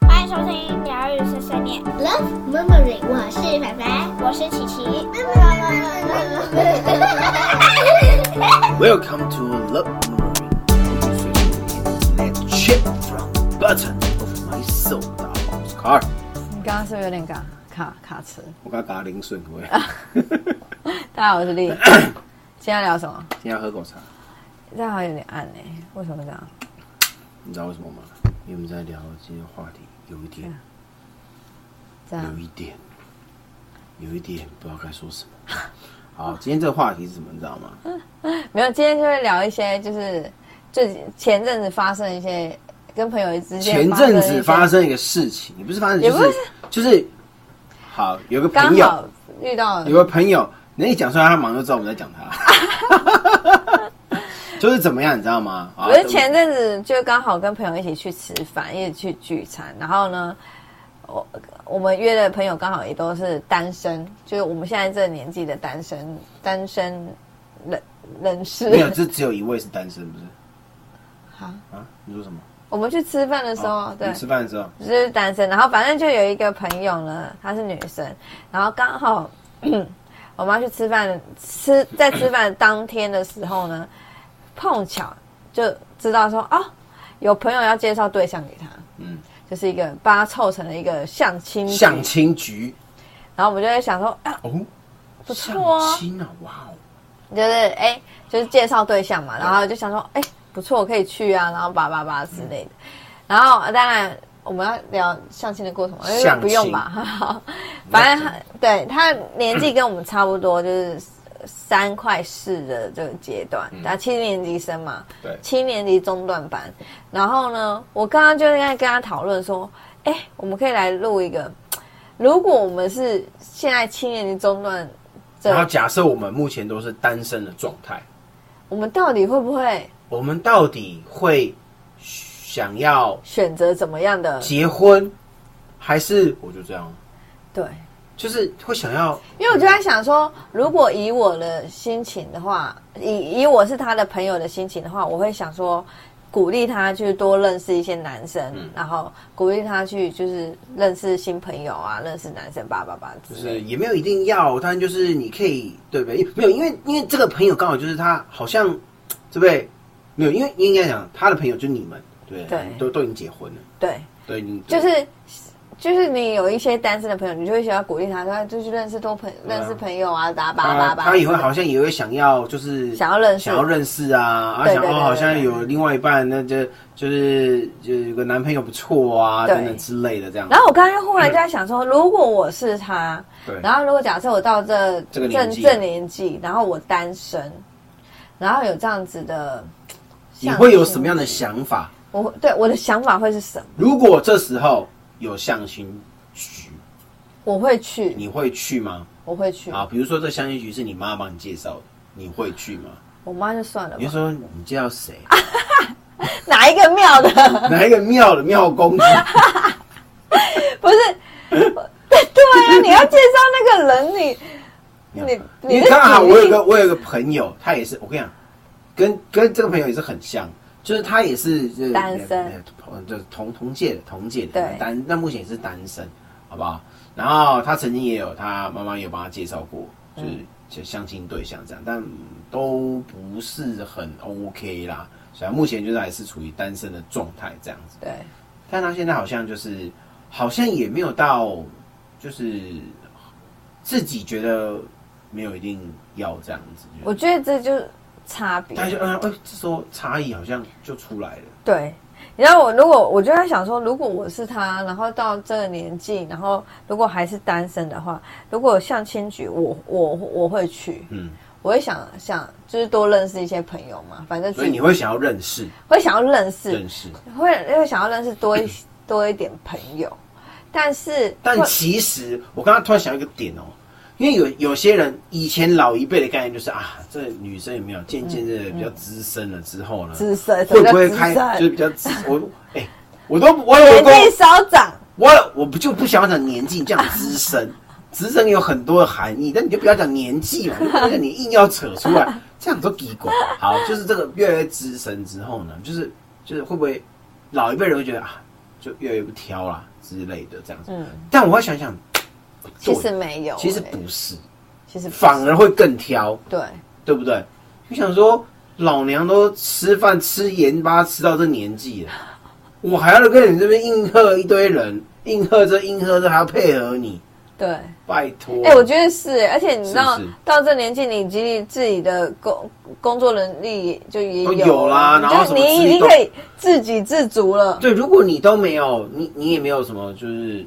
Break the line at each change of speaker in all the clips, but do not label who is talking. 收听疗愈碎碎念，
Love Memory，我是凡凡。
我是琪琪。
Welcome to Love Memory. Let's check from bottom of my soul. 大家好，我是卡尔。
你刚刚是不是有点卡卡卡词？
我刚打零顺 位，
大家好，我 是丽。今天要聊什么？
今天要喝口茶，
这样好像有点暗呢、欸为什么这样？
你知道为什么吗？因为我们在聊今天话题，有一点，
这样
有一点，有一点不知道该说什么。 好，今天这个话题是什么？你知道吗？
没有，今天就会聊一些，就是最近前阵子发生一些跟朋友之间
前阵
一
子
些
发生一个事情，也不是发生，
也
就
不
是就是，好，有个
刚
朋友
好，遇到
有个朋友，你一讲出来，他马上就知道我们在讲他。 就是怎么样，你知道吗？啊
我是前阵子就刚好跟朋友一起去吃饭，一起去聚餐，然后呢，我我们约的朋友刚好也都是单身，就是我们现在这个年纪的单身单身人人士。
没有，这只有一位是单身，不是？
好，
啊，你说什么？
我们去吃饭的时候，
啊
对
你，吃饭的时候，
就是单身，然后反正就有一个朋友呢，她是女生，然后刚好 我们要去吃饭，吃在吃饭当天的时候呢，碰巧就知道说哦，有朋友要介绍对象给她，
嗯，
就是一个把她凑成了一个相亲局
相，亲局
然后我们就在想说啊，
哦，
不错哦
相亲啊，哇哦，
就是哎、就是介绍对象
嗯
嘛，然后就想说哎、不错，可以去啊，然后叭叭叭之类的，然后当然。我们要聊相亲的过程吗？因为
相
不用
亲
吧， 好，反正他对他年纪跟我们差不多，就是三快四的这个阶段，
嗯
他七年级生嘛，
对
七年级中段班。然后呢，我刚刚就在跟他讨论说，哎，我们可以来录一个，如果我们是现在七年级中段
然后
这，
假设我们目前都是单身的状态，
我们到底会不会
我们到底会想要
选择怎么样的？
结婚，还是我就这样？
对，
就是会想要，
因为我就在想说，如果以我的心情的话，以以我是他的朋友的心情的话，我会想说，鼓励他去多认识一些男生，
嗯
然后鼓励他去就是认识新朋友啊，认识男生叭叭叭
就
之类
是
的。
也没有一定要，但就是你可以，对不对？没有，因为因为这个朋友刚好就是他，好像对不对？没有，因为应该讲他的朋友就是你们，对不
对
都都已经结婚了，
对，
对，你对
就是就是你有一些单身的朋友，你就会想要鼓励他说，哎就去认识多朋
对啊
认识朋友啊，叭叭叭
他
叭。
他也会好像也会想要，就是
想要认识
想要认识啊，啊
对
想
对
哦，
对
好像
对对
有另外一半，那就就是就有个男朋友不错啊，
对
等等之类的这样。
然后我刚刚忽然就在想说，如果我是他，
对
然后如果假设我到这
这个年
正
纪
正年纪，然后我单身，然后有这样子的，
你会有什么样的？想法？
我对我的想法会是什么？
如果这时候有相亲局，
我会去，
你会去吗？
我会去。
啊，比如说这相亲局是你妈帮你介绍的，你会去吗？
我妈就算了
你
吧
就，说你介绍谁？
哪一个庙的？
哪一个庙的庙公子？
不是，对对啊，你要介绍那个人，你 你
因
你
为
的
刚好
举
我有
例
个我有个朋友，他也是我跟你讲，跟跟这个朋友也是很像，就是他也是就是
单身
呃同就是同同届的同届的
对
单，那目前也是单身，好不好？然后他曾经也有他妈妈也有帮他介绍过，就是
嗯
就相亲对象这样，但都不是很 OK 啦，所以他目前就是还是处于单身的状态这样子。
对，
但他现在好像就是，好像也没有到，就是自己觉得没有一定要这样子。就
我觉得这就是差别。
他就嗯，哎、这时候差异好像就出来了。
对，你知道我如果我就在想说，如果我是他，然后到这个年纪，然后如果还是单身的话，如果有相亲局，我我我会去，
嗯，
我会想想就是多认识一些朋友嘛，反正
所
自
以你
己
会想要认识，
会想要认识
认，识。
会会想要认识多一多一点朋友，但是
但
会
其实我刚刚突然想到一个点哦、因为有有些人以前老一辈的概念就是啊，这女生有没有渐渐的比较资深了之后呢，
嗯资深
会不会
什
开
么叫资深
就是比较资我哎、我都我有
年
跟我
纪稍长，
我我不就不想要讲年纪，这样资 深，资深有很多的含义，但你就不要讲年纪 嘛，那个你硬要扯出来，这样都奇怪。好，就是这个越来越资深之后呢，就是就是会不会老一辈人会觉得啊，就越来越不挑啦之类的这样子。
嗯，
但我会想想，不
其
对
实没有欸、欸
其实不是，
其实不是
反而会更挑，
对，
对不对？就想说，老娘都吃饭吃盐巴吃到这年纪了，我还要跟你这边应和一堆人，应和这应和这还要配合你，
对。
拜托。
哎、我觉得是欸，而且你知道，
是不是
到这年纪，你已经自己的工工作能力就也
都
有
哦有啦
了
然后什
就
么自
你
己
已经
都
可以自给自足了。
对，如果你都没有，你你也没有什么，就是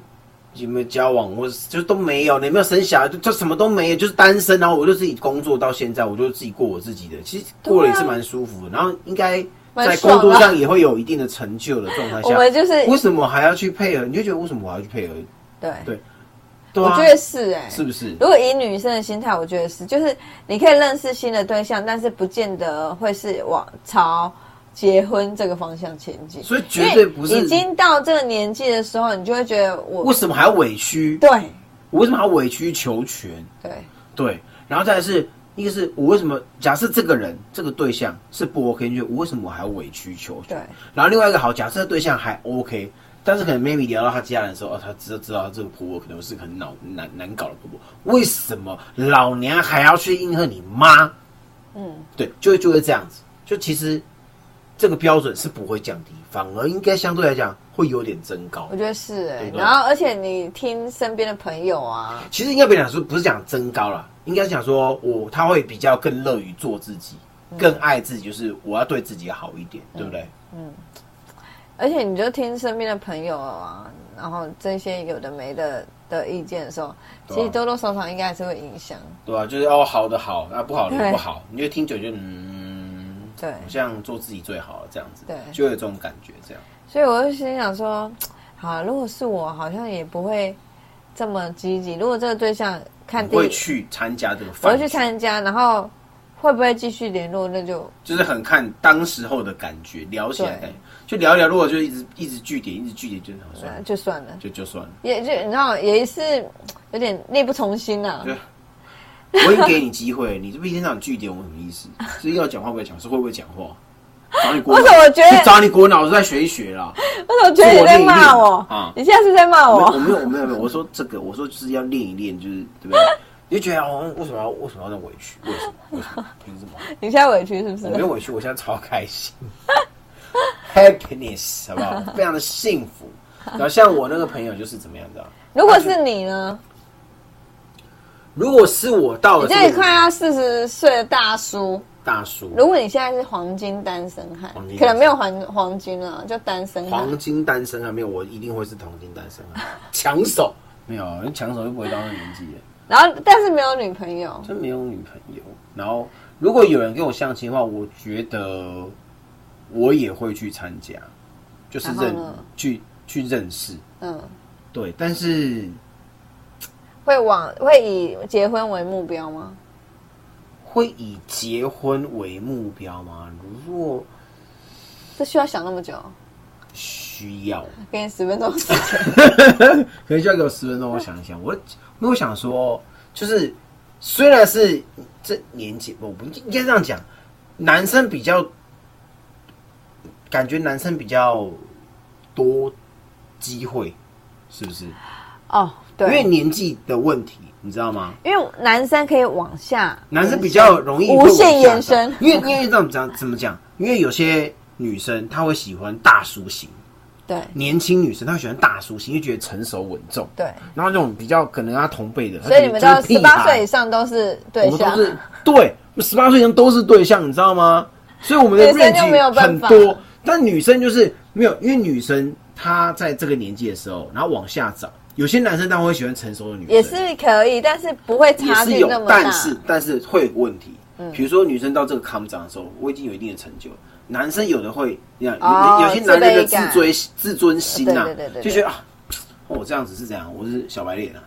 有没有交往，或是就都没有，你没有生小孩，就就什么都没有，就是单身。然后我就自己工作到现在，我就自己过我自己的，其实过了也是蛮舒服的。
啊
然后应该
蛮
在
爽
工作
的啊
上也会有一定的成就的状态
我们
下，
就是
为什么还要去配合？你就觉得为什么我要去配合？
对，
对，对
我
啊，
觉得是哎、
是不是？
如果以女生的心态，我觉得是，就是你可以认识新的对象，但是不见得会是往朝结婚这个方向前进。
所以绝对不
因为
是
已。经到这个年纪的时候，你就会觉得我
为什么还要委屈？
对
我为什么还要委曲求全？
对
对，然后再来是一个是我为什么假设这个人这个对象是不 OK，你觉得我为什么我还要委曲求全？
对
然后另外一个好，假设对象还 OK，但是可能 maybe 聊到他家人的时候，哦，他知道知道这个婆婆可能是个很恼难难搞的婆婆，为什么老娘还要去应和你妈？
嗯，
对，就会就会这样子，就其实这个标准是不会降低，反而应该相对来讲会有点增高
我。觉得是哎、
对吧
然后而且你听身边的朋友啊，
其实应该别讲说不是讲增高啦，应该讲说我他会比较更乐于做自己，
嗯
更爱自己，就是我要对自己好一点，对不对？
而且你就听身边的朋友啊，然后这些有的没的的意见的时候，
对啊
其实多多少少应该还是会影响。
对吧、就是哦，好的好，那、不好的
对
也不好，你就听久就嗯，
对
好像做自己最好了这样子，
对
就会有这种感觉这样。
所以我就心想说，好，如果是我，好像也不会这么积极。如果这个对象看
你
第
会
一，
去参加这个
我
饭
会
局，
去参加，然后会不会继续联络，那就
就是很看当时候的感觉，聊起来的
对
感觉就聊一聊，如果就一直一直据点，一直据点，就好算
呃
了，
就算了，
就就算了。
也就你知道，也是有点力不从心呐、啊
对。我已经给你机会，你这不一天到晚据点我什么意思？是要讲话不会讲，是会不会讲话？找你国
为什么我觉得
去找你国脑子再学一学啦？
为什么觉得你在骂我？
自我练一练啊
你现在是在骂
我
我？
没有，我没有，我没有，我说这个，我说就是要练一练，就是对不 对？你就觉得哦，为什么要为什么要那么委屈？为什么？为什么？凭什么？
你现在委屈是不是
我没？有委屈，我现在超开心，happiness 好不好？非常的幸福。然后像我那个朋友就是怎么样，你知啊道吗？
如果是你呢？
如果是我到
你
了
这里
这个
快要四十岁的大叔，
大叔，
如果你现在是黄金单身汉
黄金单身，
可能没有黄黄金了，就单身汉。
黄金单身啊，没有，我一定会是黄金单身啊， 抢手没有，人抢手就不会到那年纪了，
然后但是没有女朋友，
真没有女朋友。然后如果有人跟我相亲的话，我觉得我也会去参加，就是
然后
认
呢
去去认识，
嗯，
对，但是
会往会以结婚为目标吗？
会以结婚为目标吗？如果
这需要想那么久？
需要，
给你十分 钟时间，
可能需要给我十分钟，我想一想。我因为我想说，就是虽然是这年纪，我不应该这样讲，男生比较感觉男生比较多机会，是不是？
哦，
因为
对，
年纪的问题，你知道吗？
因为男生可以往下，
男生比较容易会
无限
往下
延伸
长，因为因为这样讲怎么讲？因为有些女生她会喜欢大叔型，
对
年轻女生她会喜欢大叔型，就觉得成熟稳重。
对，
然后那种比较可能他同辈的，
所以你们
他可能
到
就是
十
屁
八
孩
岁以上都是对
我们
象
都，是对，十八岁以上都是对象，你知道吗？所以我们的
女生就没有
range
办
很
法
多，但女生就是没有，因为女生她在这个年纪的时候，然后往下找，有些男生当然会喜欢成熟的女生，
也是可以，但是不会
也
差
是
距
有
那么，大。嗯
但是但是会有问题。比如说女生到这个康长的时候，我已经有一定的成就了，男生有的会，你看、
哦
有有些男人的
自卑感
自尊自尊心呐、
对对对对对
就觉得啊，哦我这样子是这样，我是小白脸啊，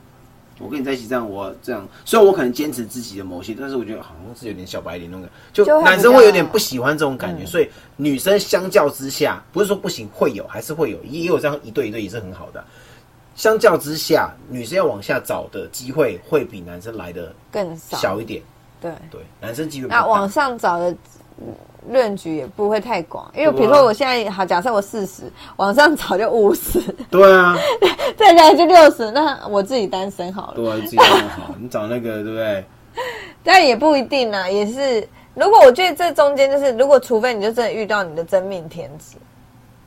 我跟你在一起这样，我这样，虽然我可能坚持自己的某些，但是我觉得好像是有点小白脸那种感觉，
就
就
会比较
男生会有点不喜欢这种
嗯
感觉，所以女生相较之下，不是说不行，会有还是会有，也有这样一对一对也是很好的啊、相较之下，女生要往下找的机会会比男生来的
更少，
小一点，
对。
对，男生机会比较
那
大
往上找的论局也不会太广，因为
啊
比如说我现在好，假设我四十，往上找就五十，
对啊，
再下来就六十，那我自己单身好了。
对啊，自己弄好，你找那个对不对？
但也不一定啊，也是。如果我觉得这中间就是，如果除非你就真的遇到你的真命天子，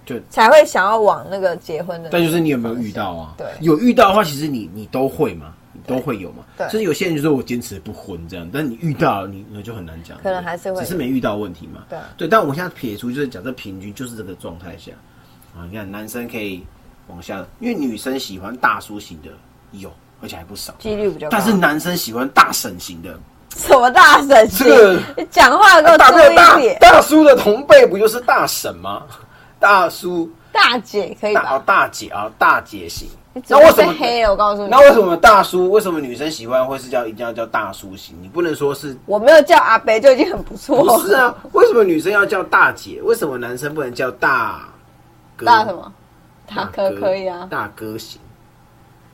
就
才会想要往那个结婚的。
但就是你有没有遇到啊？
对
有遇到的话，其实你你都会嘛，你都会有嘛。
对
所以有些人就说我坚持不婚这样，但你遇到了你那就很难讲，
可能还是会
只是没遇到问题嘛。
对
对，但我们现在撇除就是假设平均就是这个状态下啊，你看男生可以往下，因为女生喜欢大叔型的有，而且还不少，
几率比较高。
但是男生喜欢大婶型的，
什么大神性
这个
你 讲话给我
大
注
哥大
意一点。
大叔的同辈不就是大婶吗？大叔
大姐可以
大
吧
哦？大姐啊大姐型
你，只
那
会
为什么
被黑了我告诉你
那为什么大叔？为什么女生喜欢会是叫一定要叫大叔型？你不能说 是
我没有叫阿北就已经很不错了。
不是啊？为什么女生要叫大姐？为什么男生不能叫大哥？
大什？么？大
哥
哥可以啊，
大哥型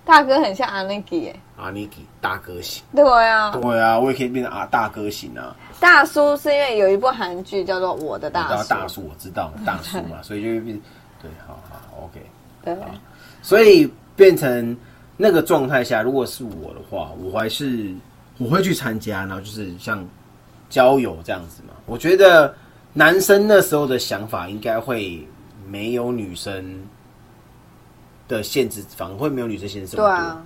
大哥很像阿那吉耶。
啊，你给大哥型。
对啊，
对啊，我也可以变成啊大哥型啊，
大叔是因为有一部韩剧叫做《我的
我知
大
道
叔》，
大叔我知道大叔 嘛，所以就会变对，好好 OK。
对，
啊所以变成那个状态下，如果是我的话，我还是我会去参加，然后就是像交友这样子嘛。我觉得男生那时候的想法应该会没有女生的限制，反而会没有女生限制这
对
么多。
啊，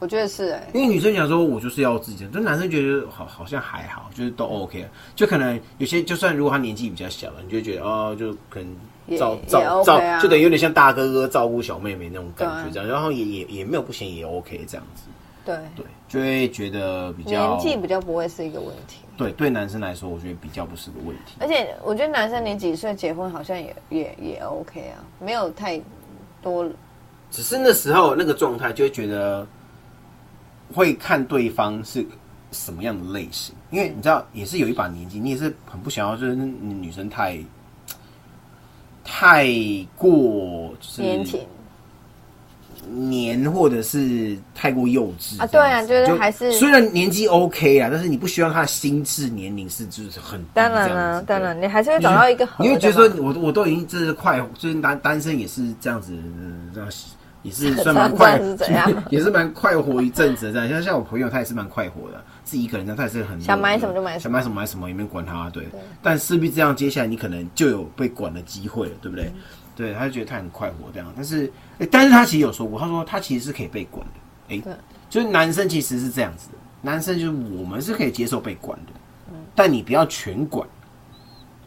我觉得是哎，
因为女生想说，我就是要自己的，就男生觉得好，好像还好，就是
嗯
都 OK 就可能有些，就算如果他年纪比较小了，你就会觉得哦，就可能
也
照
也
照
OK 啊
照，就等于有点像大哥哥照顾小妹妹那种感
对啊
觉这样，然后也也也没有不行，也 OK 这样子，
对，
对，就会觉得比较
年纪比较不会是一个问题。
对对男生来说，我觉得比较不是个问题。
而且我觉得男生你几岁结婚好像也也也 OK 啊，没有太多
只是那时候那个状态就会觉得会看对方是什么样的类型，因为你知道也是有一把年纪，你也是很不想要就是女生太太过就是
年轻
黏或者是太过幼稚
啊对啊
这样子
就是还是
虽然年纪 OK 啦，但是你不希望他的心智年龄是就是很低
当然
这样
啦
子，
当
对
然你还是会找到一个合
你会
的嘛。
觉得说我我都已经这是快，就是单单身也是这样子，嗯这样也 是算蛮快，
这样是怎样
也是蛮快活一阵子的这样。像像我朋友他也是蛮快活的，自己一个人这样，他也是很
想买什么就买什
想
么
买什么买什么，也没有管他。对，但势必这样，接下来你可能就有被管的机会了，对不对？对，他就觉得他很快活这样，但是、诶但是他其实有说过，他说他其实是可以被管的。哎、
对
就是男生其实是这样子的，男生就是我们是可以接受被管的，但你不要全管。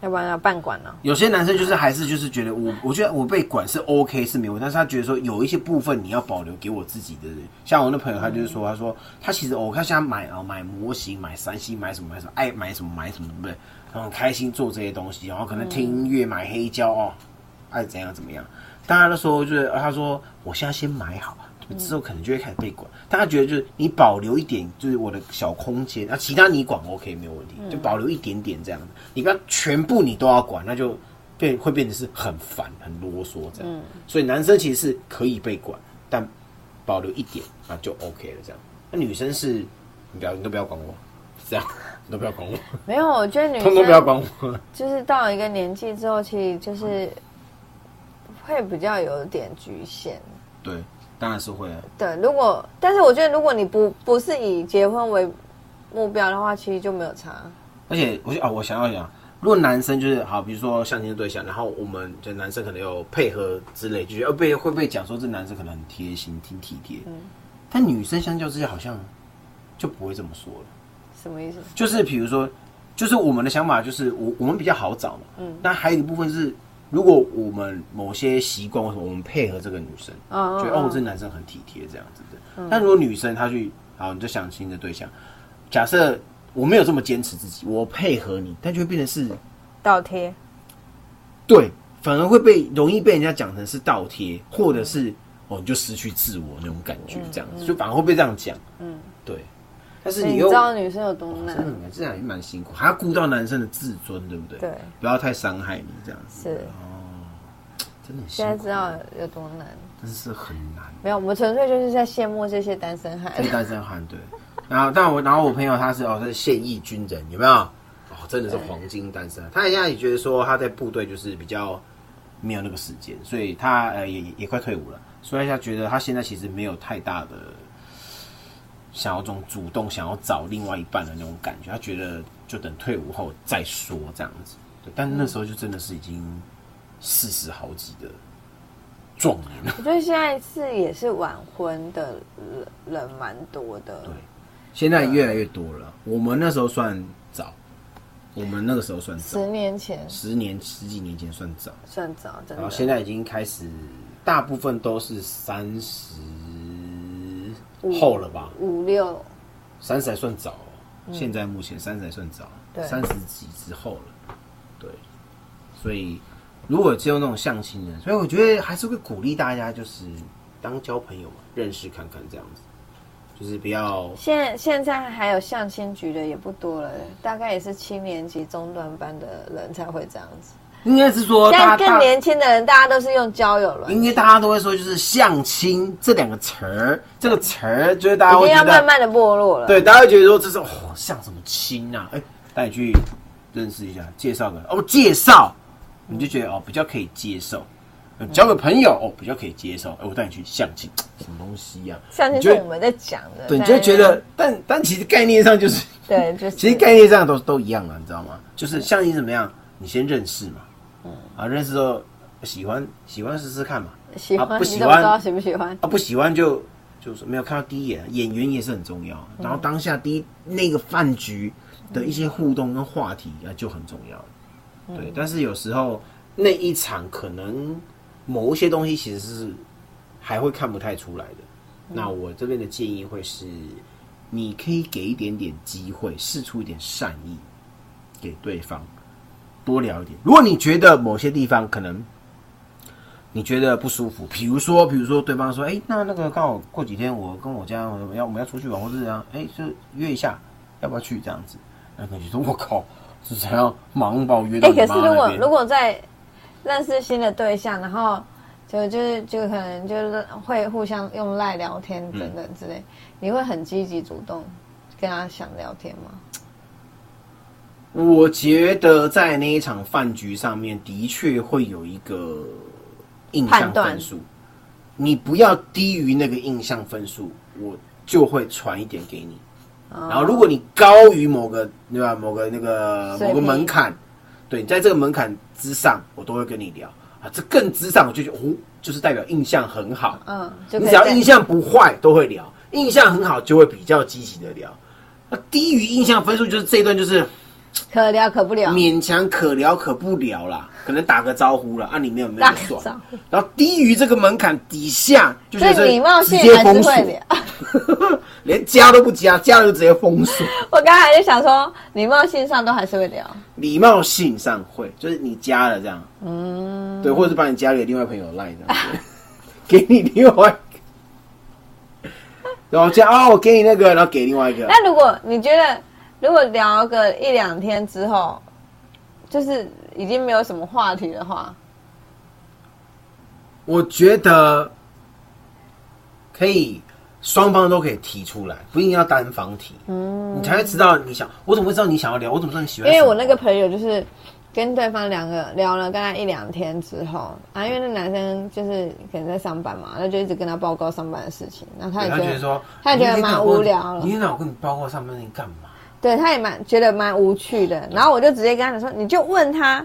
要不然要半管啊呢、
有些男生就是还是就是觉得我，我觉得我被管是 OK 是没有问题，但是他觉得说有一些部分你要保留给我自己的人，像我那朋友他就是说，他说他其实哦，他现在买啊买模型、买三星、买什么买什么，爱买什么买什么，对不对？然后很开心做这些东西，然后可能听音乐、买黑胶哦，爱怎样怎么样。大家都说就是呃他说我现在先买好，之后可能就会开始被管。大家觉得就是你保留一点，就是我的小空间，那、其他你管 OK 没有问题，就保留一点点这样子。你不要全部你都要管，那就变会变得是很烦、很啰嗦这样。所以男生其实是可以被管，但保留一点啊就 OK 了这样。那女生是你不要你都不要管我，这样你都不要管我，
没有，我觉得女
通通不要
生
管我。
就是到一个年纪之后，其实就是会比较有点局限。
对，当然是会啊。
对，如果但是我觉得，如果你不不是以结婚为目标的话，其实就没有差。
而且我就啊，我想要讲，如果男生就是好，比如说相亲的对象，然后我们就男生可能有配合之类，就觉得呃被会被讲说这男生可能很贴心、挺体贴。但女生相较之下好像就不会这么说了。
什么意思？
就是比如说，就是我们的想法就是我我们比较好找嘛。嗯。那还有一部分是，如果我们某些习惯或什么，我们配合这个女生，
哦
觉得
哦
哦，这男生很体贴这样子
嗯
的。但如果女生她去，好，你就想新的对象，假设我没有这么坚持自己，我配合你，但就会变成是
倒贴
对，反而会被容易被人家讲成是倒贴，或者是哦你就失去自我那种感觉，
嗯
这样子、就反而会被这样讲。嗯，对。但是
你
又
知道女生有多
真的
难？
蛮，这样也蛮辛苦，还要顾到男生的自尊，对不对？
对，
不要太伤害你这样子。
是
真的很辛
现
苦
在知道有多难。
真是很难。
没有，我们纯粹就是在羡慕这些单身汉
被。单身汉对，然后但我然后我朋友他是哦，他是现役军人，有没有？哦，真的是黄金单身啊。他现在也觉得说他在部队就是比较没有那个时间，所以他呃也也快退伍了，所以他觉得他现在其实没有太大的想要这种主动想要找另外一半的那种感觉，他觉得就等退伍后再说这样子。对，但那时候就真的是已经四十好几的壮年了。
我觉得现在是也是晚婚的人人蛮多的，
对，现在越来越多了。我们那时候算早，我们那个时候算早
十，年前
十年十几年前算早，
算早，真
然后
的。
现在已经开始，大部分都是三十后了吧？
五六，
三十还算早哦、现在目前三十还算早，
对
三十几之后了，对，所以如果只有那种相亲的，所以我觉得还是会鼓励大家，就是当交朋友嘛，认识看看这样子，就是不要
现在现在还有相亲局的也不多了，大概也是七年级中段班的人才会这样子。
应该是说
现在
哦大家
更年轻的人，大家都是用交友了，
应该大家都会说，就是相亲这两个词儿，这个词儿就是大家
已
会
经
觉
要
得
慢慢的没落了。
对，大家会觉得说这是哦，像什么亲啊？哎、带你去认识一下，介绍个哦，介绍，你就觉得哦，比较可以接受。呃交个朋友哦，比较可以接受。哎、我带你去相亲，什么东西呀、
相亲
你
是
就
我们在讲的，
对，你
但
就会觉得，但但其实概念上就是，
对，啊就是
其实概念上都都一样了，你知道吗？就是相亲怎么样，你先认识嘛，
嗯
啊，认识之后喜欢喜欢试试看嘛，
喜欢、
啊不喜
你怎么知道
欢
喜不喜欢？
啊，不喜欢就就是没有看到第一眼，演员也是很重要。然后当下第一那个饭局的一些互动跟话题啊就很重要。对，但是有时候那一场可能某一些东西其实是还会看不太出来的。那我这边的建议会是，你可以给一点点机会，试出一点善意给对方，多聊一点。如果你觉得某些地方可能你觉得不舒服，比如说，比如说对方说，哎、那那个刚好过几天我跟我家我们要我们要出去玩，或是这样，哎、就约一下，要不要去这样子？那可能就说，我靠，是想要忙把我约到
哎、
你
可
妈
是如
那
果
边
如果在认识新的对象，然后就就是就可能就是会互相用赖聊天等等之类，
嗯
你会很积极主动跟他想聊天吗？
我觉得在那一场饭局上面，的确会有一个印象
判断
分数，你不要低于那个印象分数，我就会传一点给你。
哦
然后如果你高于某个对吧，某个那个
水
某
平
个门槛，对，你在这个门槛之上，我都会跟你聊啊。这更之上，我就觉得哦，就是代表印象很好。
嗯，就
你
可以
只要
在
印象不坏，都会聊；印象很好，就会比较积极的聊。那低于印象分数，就是这一段就是。
可聊可不聊，
勉强可聊可不聊啦，可能打个招呼啦，啊，你没有没有
打个
就
招
算。然后低于这个门槛底下，就
所
是
以礼貌
直
性
接
还是
封
会
锁，
聊。
连加都不加，加了就直接封锁。
我刚才就想说，礼貌性上都还是会聊。
礼貌性上会，就是你加了这样，嗯，对，或者是把你加给另外朋友赖这样子， 给你另外一个，然后这样啊，我给你那个，然后给另外一个，
那如果你觉得，如果聊个一两天之后，就是已经没有什么话题的话，
我觉得可以，双方都可以提出来，不一定要单方提。嗯，你才会知道你想，我怎么会知道你想要聊？我怎么知道你喜
因
欢什么？
为我那个朋友就是跟对方两个聊了大概一两天之后啊，因为那男生就是可能在上班嘛，那就一直跟他报告上班的事情，然后他
对他
也觉
觉得
得
说，
他也觉得
你那天
蛮
跟我
无聊了
你，那我跟你报告上班，你干嘛？
对，他也蛮觉得蛮无趣的。然后我就直接跟他讲说，你就问他，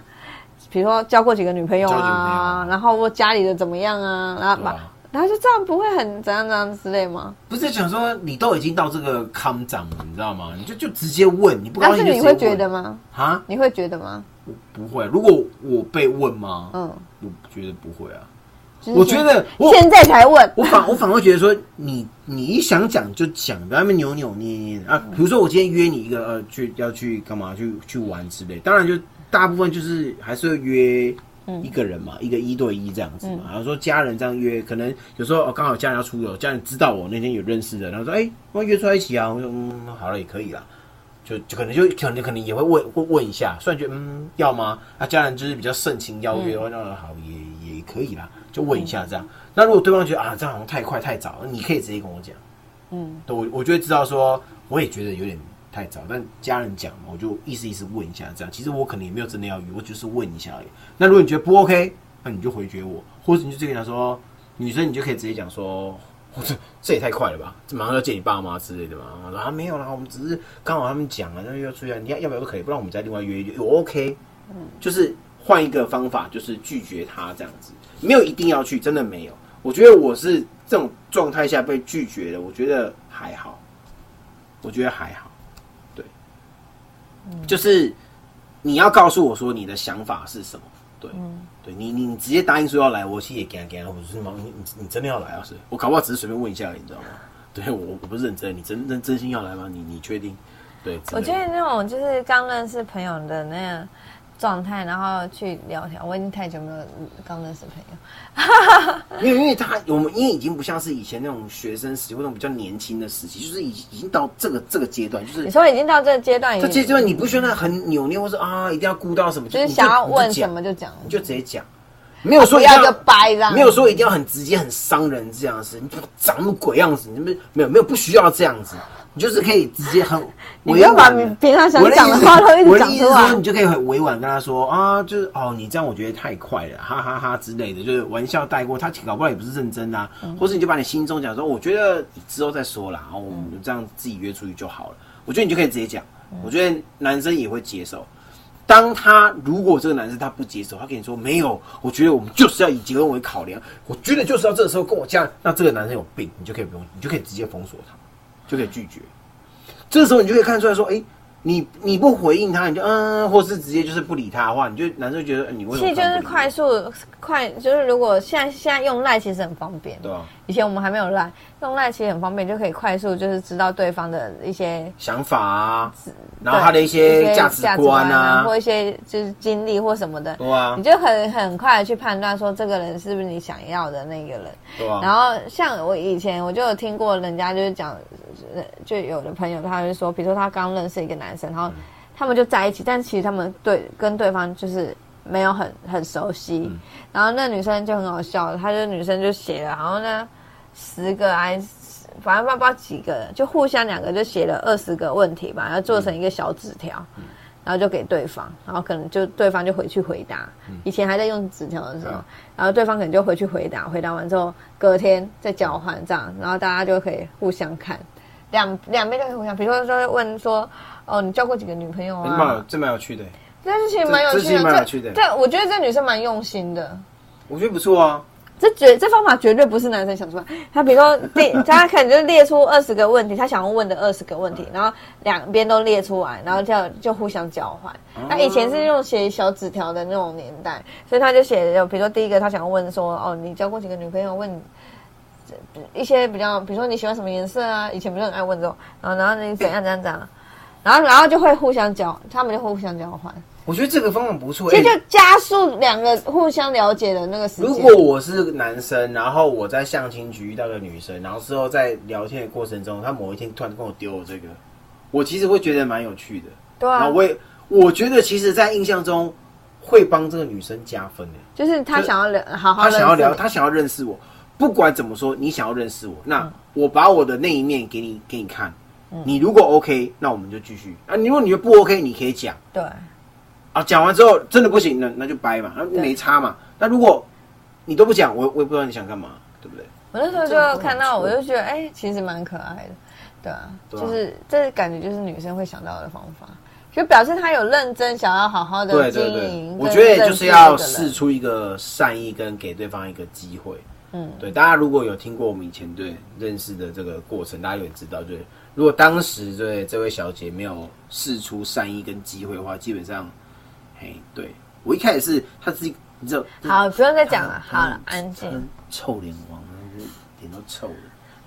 比如说交过几个女朋友
交几个女朋友
啊
啊，
然后我家里的怎么样啊，然后
对
把
啊，
然后就这样不会很怎样怎样之类吗？
不是想说你都已经到这个康长了，你知道吗？你就就直接问，你不高
但
兴
是
就
你会
直接
觉
问
得吗？
啊？
你会觉得吗？
不会，如果我被问吗？
嗯，
我觉得不会啊。
就是
我觉得我
现在才问，
我 反我反而会觉得说，你你一想讲就讲，不要那么扭扭捏捏啊。比如说我今天约你一个呃，去要去干嘛去去玩之类，当然就大部分就是还是会约一个人嘛，一个一对一这样子嘛。然后说家人这样约，可能有时候哦刚好家人要出游，家人知道我那天有认识的，然后说哎、我约出来一起啊，我说嗯好了也可以啦。就就可能就可能可能也会问会问一下，虽然觉得嗯要吗？啊，家人就是比较盛情邀约，哦那、好也也可以啦，就问一下这样。那如果对方觉得啊这样好像太快太早，你可以直接跟我讲，
嗯，
对我我就会知道说，我也觉得有点太早，但家人讲嘛，我就意思意思问一下这样。其实我可能也没有真的要约，我就是问一下而已。那如果你觉得不 OK，那你就回绝我，或者你就直接跟他说，女生你就可以直接讲说，哦这这也太快了吧，这马上要见你爸妈之类的嘛。我说啊没有啦，我们只是刚好他们讲了，那就要出来，你要要不要都可以，不然我们再另外约一约，我 OK。就是换一个方法，就是拒绝他这样子，没有一定要去，真的没有。我觉得我是这种状态下被拒绝的，我觉得还好，我觉得还好，对，
嗯
就是你要告诉我说你的想法是什么，对，
嗯
对你你你直接答应说要来，我其实也给他给他，我说妈，你你你真的要来啊？是我搞不好只是随便问一下而已，你知道吗？对我我不是认真的，你真真真心要来吗？你你确定？对，之类的
我觉得那种就是刚认识朋友的那样状态，然后去聊天，我已经太久没有刚认识朋友。
没有，因为他我们因为已经不像是以前那种学生时期或那种比较年轻的时期，就是已已经到这个这个阶段，就是
你说已经到这个阶段，已
这
经
阶段你不需要那很扭捏，或是啊一定要顾到什么，
就是
你
想要
你就
问
讲
什么就讲，
你就直接讲，没有说
不
一定
要就掰这样
没有说一定要很直接很伤人这样子，你就长那么鬼样子，你们没有没有不需要这样子，你就是可以直接很
你
委
不要把
婉地。
平常想
我的
讲
意
的
思
话都一直
我的
讲
意
出
思
来
说，你就可以很委婉跟他说啊，就是哦，你这样我觉得太快了，哈哈哈之类的，就是玩笑带过。他搞不好也不是认真的啊，
嗯
或是你就把你心中讲说，我觉得你之后再说啦，然哦后我们就这样自己约出去就好了。我觉得你就可以直接讲，
嗯
我觉得男生也会接受。当他如果这个男生他不接受，他跟你说没有，我觉得我们就是要以结婚为考量，我觉得就是要这个时候跟我讲，那这个男生有病，你就可以不用，你就可以直接封锁他，就可以拒绝。这时候你就可以看出来说，哎、你你不回应他，你就嗯，或是直接就是不理他的话，你就男生就觉得、呃你为什
其
么
实
这
就
样
是
不理我
快速快，就是如果现在现在用赖其实很方便，
对啊，
以前我们还没有赖，用赖其实很方便，就可以快速就是知道对方的一些。
想法啊，然后他的
对
一些价值
值
观啊，
或一些就是经历或什么的，
对啊
你，就很很快的去判断说这个人是不是你想要的那个人。
对啊，
然后像我以前我就有听过人家就是讲，呃就有的朋友他就说，比如说他刚认识一个男生，
嗯
然后他们就在一起，但其实他们对跟对方就是没有很很熟悉。
嗯
然后那女生就很好笑，她就女生就写了，然后呢十个还反正不知道几个，就互相两个就写了二十个问题吧，然后做
嗯
成一个小纸条。然后就给对方，然后可能就对方就回去回答。以前还在用纸条的时候，
嗯
然后对方可能就回去回答，回答完之后隔天再交换这样，然后大家就可以互相看，两两边就可以互相，比如说就会问说，哦，你交过几个女朋友
诶蛮有
啊？
这蛮有趣的、
但是其实
这
蛮有
哎这
趣
其实
的，
蛮有
这
趣的
这我觉得这女生蛮用心的。
我觉得不错啊，
这绝这方法绝对不是男生想出来。他比如说第，他可能就列出二十个问题，他想要问的二十个问题，然后两边都列出来，然后就就互相交换。
哦
那以前是用写小纸条的那种年代，所以他就写，比如说第一个他想要问说，哦，你交过几个女朋友？问你一些比较，比如说你喜欢什么颜色啊？以前不是很爱问这种，然后然后你怎样怎样怎样，然后然后就会互相交，他们就会互相交换，
我觉得这个方法不错。
这
诶
就加速两个互相了解的那个时间。
如果我是男生，然后我在相亲局遇到个女生，然后之后在聊天的过程中，她某一天突然跟我丢了这个，我其实会觉得蛮有趣的。
对
然
啊
后，我也我觉得，其实，在印象中会帮这个女生加分的。
就是他想要聊，好好
她想要
认识
聊，
你
她想要认识我，不管怎么说，你想要认识我，那我把我的那一面给你给你看。
嗯
你如果 OK，那我们就继续啊。你如果你觉得不 OK，你可以讲。
对，
啊，讲完之后真的不行，那那就掰嘛，那没差嘛。那如果你都不讲，我我也不知道你想干嘛，对不对？
我那时候
这个
就看
很
到，
不
我
错
就觉得，哎、其实蛮可爱的，对啊，
对啊
就是这感觉就是女生会想到的方法，就表示她有认真想要好好的
对
经
对对
营，，
我觉得就是要试
试，
出一个善意，跟给对方一个机会。
嗯，
对，大家如果有听过我们以前对认识的这个过程，大家也知道，就是如果当时对这位小姐没有试出善意跟机会的话，基本上，嘿，对我一开始是她自己，你知道，
好，不用再讲了，
她
好了，安静。，
她臭脸王，啊就是脸都臭了，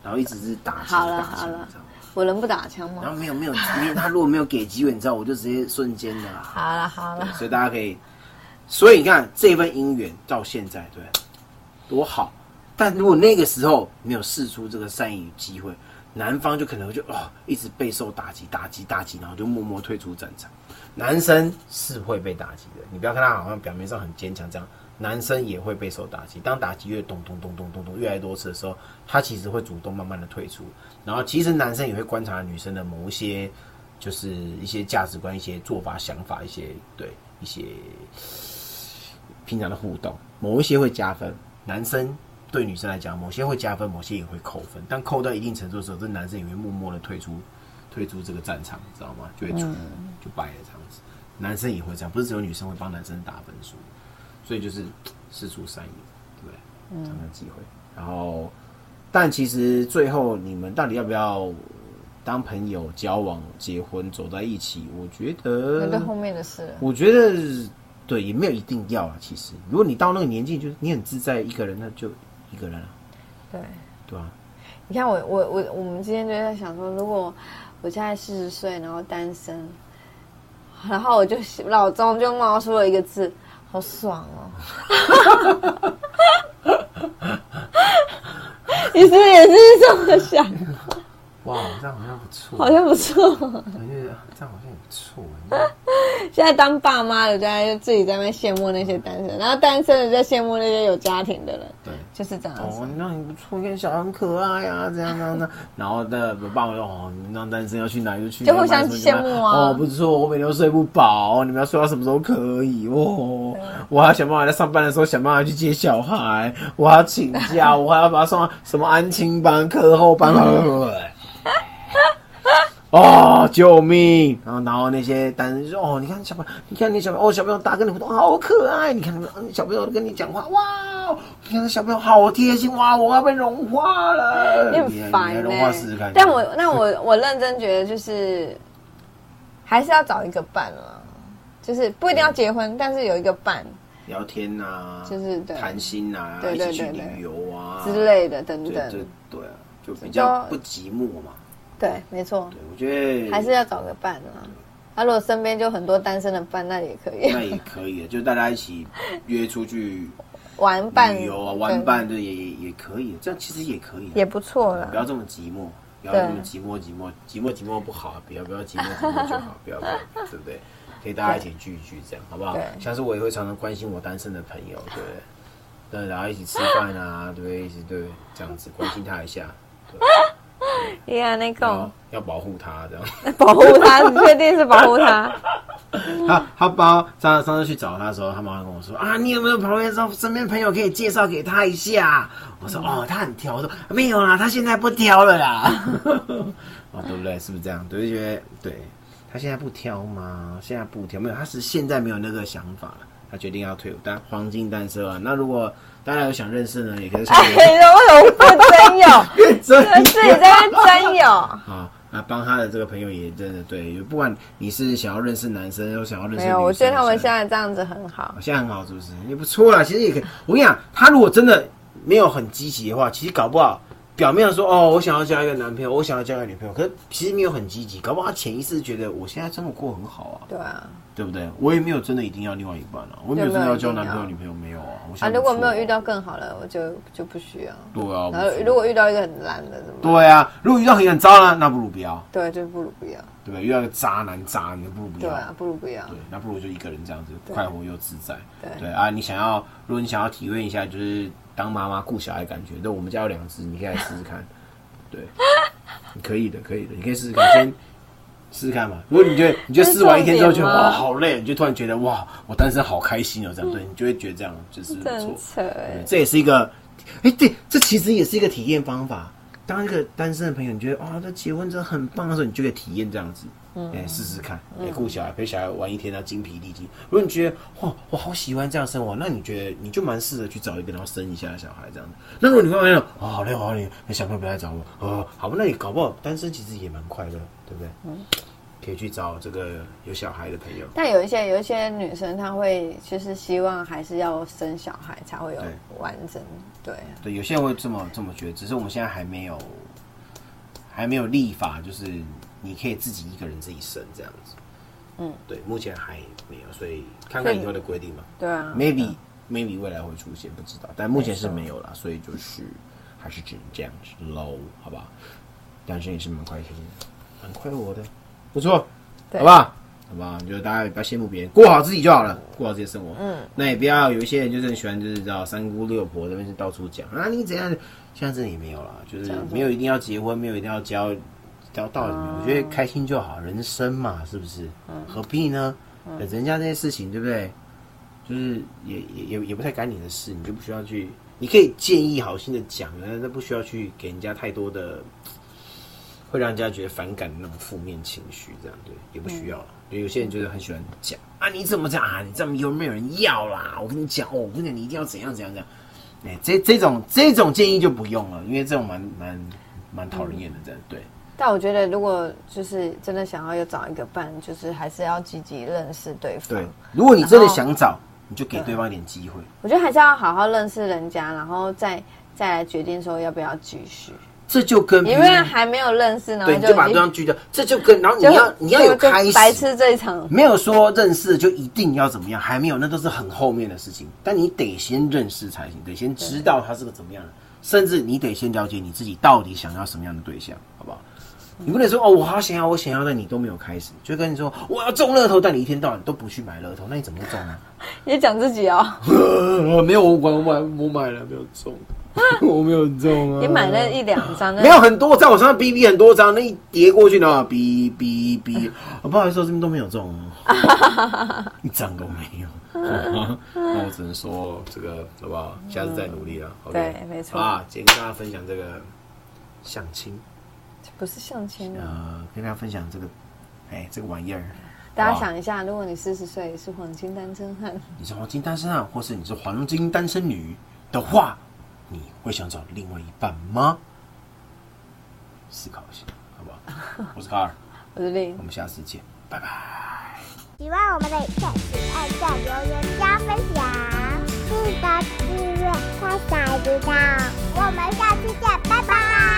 然后一直是打
好了
打
好了
你知道吗
我能不打枪吗
然？后没有没有没有，他如果没有给机会，你知道，我就直接瞬间的啦。
好了好了，
所以大家可以，所以你看这份姻缘到现在对多好，但如果那个时候没有试出这个善意与机会，男方就可能就哦一直备受打击、打击、打击，然后就默默退出战场。男生是会被打击的，你不要看他好像表面上很坚强这样，男生也会备受打击。当打击越咚咚咚咚咚咚越来越多次的时候，他其实会主动慢慢的退出，然后其实男生也会观察女生的某一些就是一些价值观、一些做法、想法、一些对一些平常的互动，某一些会加分。男生对女生来讲，某些会加分，某些也会扣分。但扣到一定程度的时候，这男生也会默默的退出退出这个战场，你知道吗？就会出、就败了这样子。男生也会这样，不是只有女生会帮男生打分数，所以就是事出善意，对不对？常常机会，然后。但其实最后你们到底要不要当朋友、交往、结婚、走在一起？我觉
那就
得，
后面的事了。
我觉得对，也没有一定要啊。其实，如果你到那个年纪，就是你很自在一个人，那就一个人啊，
对，
对吧、
你看我我我我们今天就在想说，如果我现在四十岁，然后单身，然后我就脑中就冒出了一个字，好爽哦！ 你是不是也是这么想？
哇，这样好像不错，
好像不错。
我觉得这样好像也不错。哎
现在当爸妈的，在自己在那边羡慕那些单身，然后单身的在羡慕那些有家庭的人，
对，
就是这样子。
哦，那你不错，你看小孩很可爱啊，这样这样那， 然后的爸爸说哦，你让单身要去哪里就去哪
就
里，
互相
买什么买
羡慕啊
哦，不错，我每天都睡不饱，你们要睡到什么时候可以？哦，我还要想办法在上班的时候想办法去接小孩，我还要请假，我还要把他送到什么安亲班、课后 班，哦，救命！然后，然后那些单人就说：“哦，你看小朋友，你看你小朋友，哦，小朋友打跟你互动好可爱，你看他们小朋友跟你讲话，哇，你看小朋友好贴心，哇，我要被融化了，
你很烦
你来
呢、
融化试试看。
但我 那我我认真觉得就是，还是要找一个伴啊，就是不一定要结婚，但是有一个伴
聊天呐、啊，
就是对
谈心呐、啊，
对对
一起去
对对
旅游啊
之类的等
对对
等。
对啊，就比较不寂寞嘛。
对，没错
对，，我觉得
还是要找个伴啊。啊，如果身边就很多单身的伴，那也可以
那也可以的，就大家一起约出去
玩伴
旅游啊，
对
玩伴对也也也可以，这样其实也可以、啊，
也不错
不要
啦。
这么寂寞，不要这么寂寞，寂寞寂寞寂寞不好，不要不要寂寞寂寞就好，不要不要，对不对？可以大家一起聚一聚，这样好不好
对？
像是我也会常常关心我单身的朋友，对不对？对，然后一起吃饭啊，对不对？一起对这样子关心他一下，
对啊，那
然后
个
要保护他这样。
保护他，你确定是保护 他？
他他包上上次去找他的时候，他妈妈跟我说啊，你有没有旁边说身边朋友可以介绍给他一下？我说
嗯
哦，他很挑，我说没有啦，他现在不挑了啦。哦，对不对？是不是这样？对，就觉得对他现在不挑吗？现在不挑，没有，他是现在没有那个想法了。他决定要退伍，但黄金单身啊。那如果大家有想认识呢，也可 以上
哎，
我
为什么不真 有？
们这里
自己 在那边真有。
啊，那帮他的这个朋友也真的对，不管你是想要认识男生，又想要认识
没
女生，
有，我觉得他们
想
现在这样子很好
好。现在很好，是不是？也不错啦，其实也可以。我跟你讲，他如果真的没有很积极的话，其实搞不好表面上说哦，我想要交一个男朋友，我想要交一个女朋友，可是其实没有很积极，搞不好他潜意识觉得我现在生活过得很好啊，
对啊，
对不对？我也没有真的一定要另外一半啊，我也没有真的要交男朋友
有没
女
有一定要
朋友，没有啊。我
啊，
想
如果
不
没
错啊
有遇，到更好的，我就就不需要。
对啊，
然
不
后
错
如果遇到一个很烂的，怎么办？
对啊，如果遇到很很渣呢，那不如不要，
对，就不如不要。
对不对？遇到一个渣男渣女，不如不
对
要。
啊，不如不要
嗯对。，那不如就一个人这样子，
对
快活又自在。
对
啊，你想要，如果你想要体验一下，就是当妈妈顾小孩的感觉，那我们家有两只，你可以来试试 看。对，你可以的，可以的，你可以试试看，先试试看嘛。如果你觉得你觉得试完一天之后觉得
这是重点吗
哇好累，你就突然觉得哇我单身好开心哦，这样对你就会觉得这样就是不
这很
错。
扯哎
对，这也是一个，哎、对，这其实也是一个体验方法。当一个单身的朋友，你觉得啊，他结婚真的很棒的时候，你就可以体验这样子，哎、试试看，哎、顾小孩陪小孩玩一天，他精疲力尽。如果你觉得哇，我好喜欢这样生活，那你觉得你就蛮适合去找一个，然后生一下小孩这样子。那如果你会发现，哦，好累，好累，那小朋友不要来找我，哦，好吧，那你搞不好单身其实也蛮快乐，对不对？可以去找这个有小孩的朋友，
但有一些有一些女生，她会就是希望还是要生小孩才会有
对
完整。对啊，
对，有些人会这么这么觉得，只是我们现在还没有还没有立法，就是你可以自己一个人自己生这样子。
嗯，
对，目前还没有，所以看看以后的规定嘛。
对啊。
Maybe maybe 未来会出现，不知道，但目前是嗯没有啦，所以就是还是只能这样子喽，好吧？单身也是蛮开心的，蛮快活的，不错，
对
好吧？好吧，就大家也不要羡慕别人，过好自己就好了，过好自己的生活。嗯，那也不要有一些人就是很喜欢，就是知道三姑六婆那边是到处讲啊，你怎样？现在真的也没有啦，就是没有一定要结婚，没有一定要交聊到里面，我觉得开心就好，人生嘛，是不是？何必呢？等人家这些事情，对不对？就是也也也也不太干你的事，你就不需要去，你可以建议好心的讲，但是不需要去给人家太多的会让人家觉得反感的那种负面情绪，这样对，也不需要了。有些人就是很喜欢讲啊，你怎么讲啊？你这么有没有人要啦？我跟你讲，哦，我跟你讲，你一定要怎样怎样怎样。哎、这这种这种建议就不用了，因为这种蛮蛮蛮讨人厌的，这样对。
但我觉得，如果就是真的想要有找一个伴，就是还是要积极认识对方。
对，如果你真的想找，你就给对方一点机会。
我觉得还是要好好认识人家，然后再再来决定说要不要继续。
这就跟
因为还没有认识，然后
对，你就把
已
对
经
方拒掉，这就跟然后你
就
要你要有
就
开始，
白吃这一场。
没有说认识就一定要怎么样，还没有，那都是很后面的事情。但你得先认识才行，得先知道他是个怎么样的人，甚至你得先了解你自己到底想要什么样的对象，好不好？你不能说哦，我好想要，我想要，但你都没有开始，就跟你说我要中乐透，但你一天到晚都不去买乐透，那你怎么会中啊呢、
也讲自己哦，
呃， 没有，我我买我买了没有中， 我没有中啊
你买那一两张，啊那
没有很多，在我身上哔哔很多张，那一叠过去呢，哔哔哔，我哦不好意思，我这边都没有 中，一张都没有。那我只能说这个好不好？下次再努力了。OK？
对没
好
错
吧，今天跟大家分享这个相亲，
不是相亲啊。
呃，跟大家分享这个，哎，这个玩意儿。好
大
不
家
好
想一下，如果你四十岁是黄金单身汉，
你是黄金单身汉，或是你是黄金单身女的话，你会想找另外一半吗？思考一下，好不好？我是卡尔，
我是令
我。们下次见，拜拜。
喜欢我们的影片，请按赞、留言、加分享，记得订阅，开小铃铛。我们下期见，拜拜